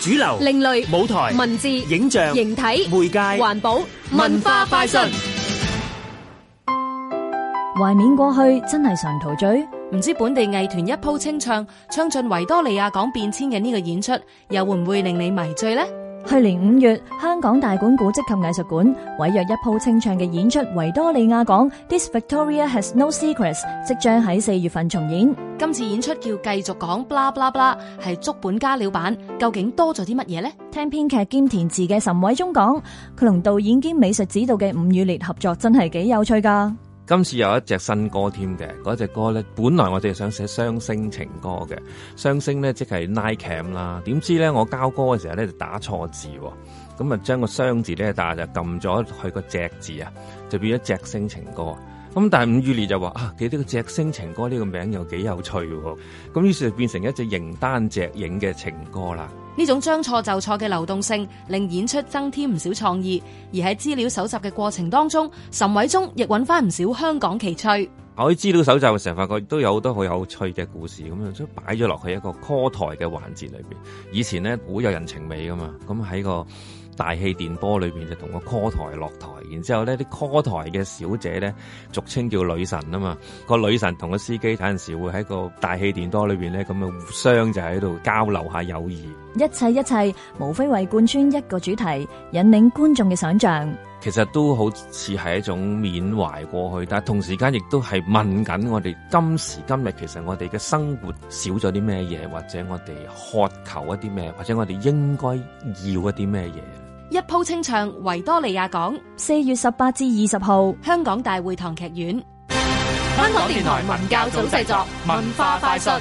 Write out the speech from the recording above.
主流、另類舞台、文字、影像、形體、媒介、環保、文化快訊。懷緬過去真係常陶醉，唔知本地藝團一鋪清唱，唱盡維多利亞港變遷嘅呢個演出，又會唔會令你迷醉呢？去年五月，香港大館古蹟及藝術館委約一鋪清唱嘅演出《維多利亞港 This Victoria Has No Secrets》，即將喺四月份重演。今次演出叫繼續講 blah blah blah，係足本加料版，究竟多咗啲乜嘢呢？聽編劇兼填詞嘅岑偉中講，佢同導演兼美術指導嘅伍宇烈合作真係幾有趣㗎。今次有一隻新歌添嘅，嗰隻歌咧，本來我哋想寫雙聲情歌嘅，雙聲咧即係 night cam 啦。點知咧我交歌嘅時候咧就打錯字喎，咁啊將個雙字咧但係就撳咗去個隻字啊，就變咗隻聲情歌。咁但係伍宇烈就話啊，記得個隻聲情歌呢個名又幾有趣喎，咁於是就變成一隻形單隻影嘅情歌啦。呢種將錯就錯嘅流動性，令演出增添唔少創意。而喺資料搜集嘅過程當中，岑偉中亦揾翻唔少香港奇趣。我喺資料搜集嘅時候，發覺都有好多好有趣嘅故事咁樣，即係擺咗落去一個 call 台嘅環節裏邊。以前咧好有人情味噶嘛，咁喺個大氣電波裏邊就同個 call 台落台，然之後呢啲 call 台嘅小姐呢，俗稱叫女神啊嘛，個女神同個司機有陣時會喺個大氣電波裏邊呢，咁啊互相就喺度交流下友誼。一切一切，無非為貫穿一個主題，引領觀眾嘅想像。其實都好似係一種緬懷過去，但係同時間亦都係問緊我哋今時今日，其實我哋嘅生活少咗啲咩嘢，或者我哋渴求一啲咩，或者我哋應該要一啲咩嘢。一鋪清唱維多利亞港，四月十八至二十號，香港大會堂劇院。香港電台文教組製作，文化快訊。